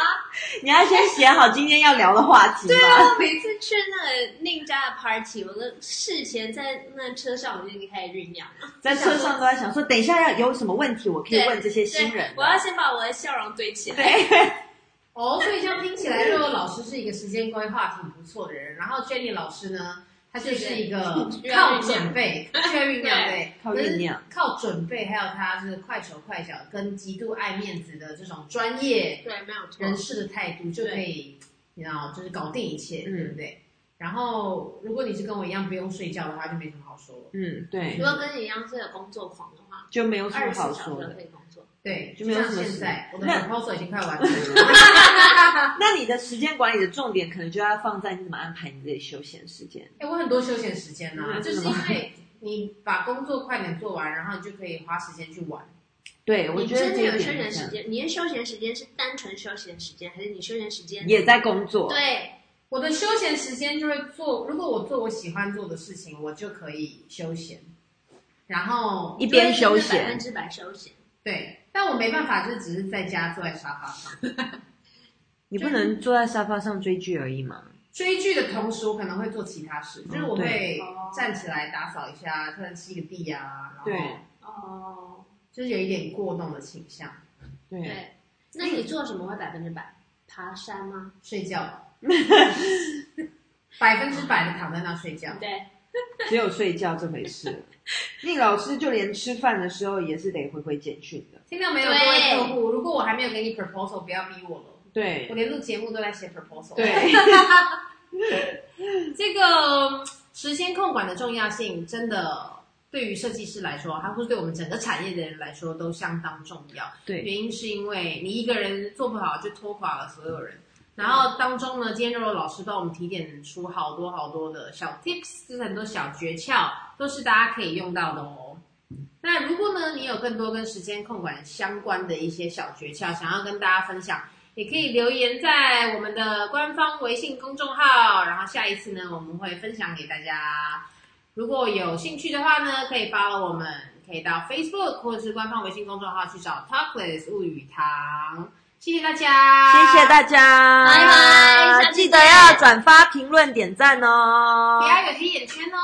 [SPEAKER 2] 你要先写好今天要聊的话题嘛，
[SPEAKER 3] 我每次去那个宁家的 party，我都事前在那车上我就已经开始酝酿了。
[SPEAKER 2] 在车上都在想说，等一下要有什么问题，我可以
[SPEAKER 3] 对
[SPEAKER 2] 问这些新人
[SPEAKER 3] 对，我要先把我的笑容堆起来。 *laughs*
[SPEAKER 1] 哦，所以这样听起来，肉肉老师是一个时间规划挺不错的人，然后 Jenny 老师呢，他就是一个
[SPEAKER 3] 是的
[SPEAKER 1] 靠准
[SPEAKER 3] *laughs*
[SPEAKER 1] 备、需要酝酿对，
[SPEAKER 2] 靠酝酿，
[SPEAKER 1] 靠准备，还有他就是快手快脚跟极度爱面子的这种专业
[SPEAKER 3] 对，没有错。
[SPEAKER 1] 人士的态度，就可以你知道，就是搞定一切，
[SPEAKER 2] 嗯
[SPEAKER 1] 对不对？然后如果你是跟我一样不用睡觉的话，就没什么好说了。
[SPEAKER 2] 嗯，对
[SPEAKER 3] 如，果跟你一样是个工作狂的话，
[SPEAKER 2] 就没有什
[SPEAKER 3] 二
[SPEAKER 2] 么
[SPEAKER 3] 十
[SPEAKER 2] 好
[SPEAKER 3] 四小
[SPEAKER 2] 说
[SPEAKER 3] 时
[SPEAKER 2] 的
[SPEAKER 3] 都。可以工作。
[SPEAKER 1] 对，
[SPEAKER 2] 就
[SPEAKER 1] 就
[SPEAKER 2] 没有
[SPEAKER 1] 像
[SPEAKER 2] 什么
[SPEAKER 1] 现
[SPEAKER 2] 事
[SPEAKER 1] 在我的
[SPEAKER 2] 那
[SPEAKER 1] proposal 已经快 *laughs*
[SPEAKER 2] *laughs*
[SPEAKER 1] 完成了。
[SPEAKER 2] 那你的时间管理的重点可能就要放在你怎么安排你自己休闲时间。
[SPEAKER 1] 哎、我很多休闲时间呐、
[SPEAKER 2] 嗯
[SPEAKER 1] 就是因为你把工作快点做完，然后你就可以花时间去玩。
[SPEAKER 2] 对， *laughs* 我
[SPEAKER 3] 你
[SPEAKER 2] 觉得
[SPEAKER 3] 真
[SPEAKER 2] 这
[SPEAKER 3] 的
[SPEAKER 2] 一
[SPEAKER 3] 有
[SPEAKER 2] 点
[SPEAKER 3] 休闲
[SPEAKER 2] 很
[SPEAKER 3] 时
[SPEAKER 2] 像
[SPEAKER 3] 间？你的休闲时间是单纯休闲时间，还是你休闲时间？
[SPEAKER 2] 也在工作，
[SPEAKER 3] 对，
[SPEAKER 1] 我的休闲时间就会做，如果我做我喜欢做的事情，我就可以休闲。然后
[SPEAKER 2] 一边休
[SPEAKER 3] 百分
[SPEAKER 2] 闲，
[SPEAKER 3] 之百休闲。
[SPEAKER 1] 对，但我没办法，就只是在家坐在沙发上
[SPEAKER 2] 你不能坐在沙发上追剧而已嘛。
[SPEAKER 1] 追剧的同时，我可能会做其他事，就是我
[SPEAKER 2] 嗯对
[SPEAKER 1] 会
[SPEAKER 3] 哦
[SPEAKER 1] 站起来打扫一下，突然吸个地啊，然后
[SPEAKER 2] 对
[SPEAKER 3] 哦，
[SPEAKER 1] 就是有一点过动的倾向。
[SPEAKER 2] 对，
[SPEAKER 3] 对，那你做什么会百分之百？爬山吗？
[SPEAKER 1] 睡觉，
[SPEAKER 2] *laughs*
[SPEAKER 1] 百分之百的躺在那睡
[SPEAKER 2] 嗯
[SPEAKER 1] 觉。
[SPEAKER 3] 对，
[SPEAKER 2] *laughs* 只有睡觉这回 *laughs* 事。那老师就连吃饭的时候也是得回回简讯的。
[SPEAKER 1] 听到没有，各
[SPEAKER 3] 对
[SPEAKER 1] 位客户，如果我还没有给你 proposal，不要逼我了。
[SPEAKER 2] 对
[SPEAKER 1] 我连录节目都在写 proposal。
[SPEAKER 2] 对，
[SPEAKER 1] *laughs* 这个时间控管的重要性，真的对于设计师来说，还或是对我们整个产业的人来说，都相当重要。
[SPEAKER 2] 对
[SPEAKER 1] 原因是因为你一个人做不好，就拖垮了所有人。然后当中呢，今天肉肉老师帮我们提点出好多好多的小 tips，就是很多小诀窍，都是大家可以用到的哦。那如果呢，你有更多跟时间控管相关的一些小诀窍，想要跟大家分享，也可以留言在我们的官方微信公众号，然后下一次呢，我们会分享给大家。如果有兴趣的话呢，可以 follow 我们，可以到 Facebook 或者是官方微信公众号去找 Talkless 物语堂。谢谢大家，
[SPEAKER 2] 谢谢大家，
[SPEAKER 3] 拜拜下次
[SPEAKER 2] 记得
[SPEAKER 3] 见
[SPEAKER 2] 要转发、评论、点赞哦。
[SPEAKER 1] 不要有黑眼圈哦。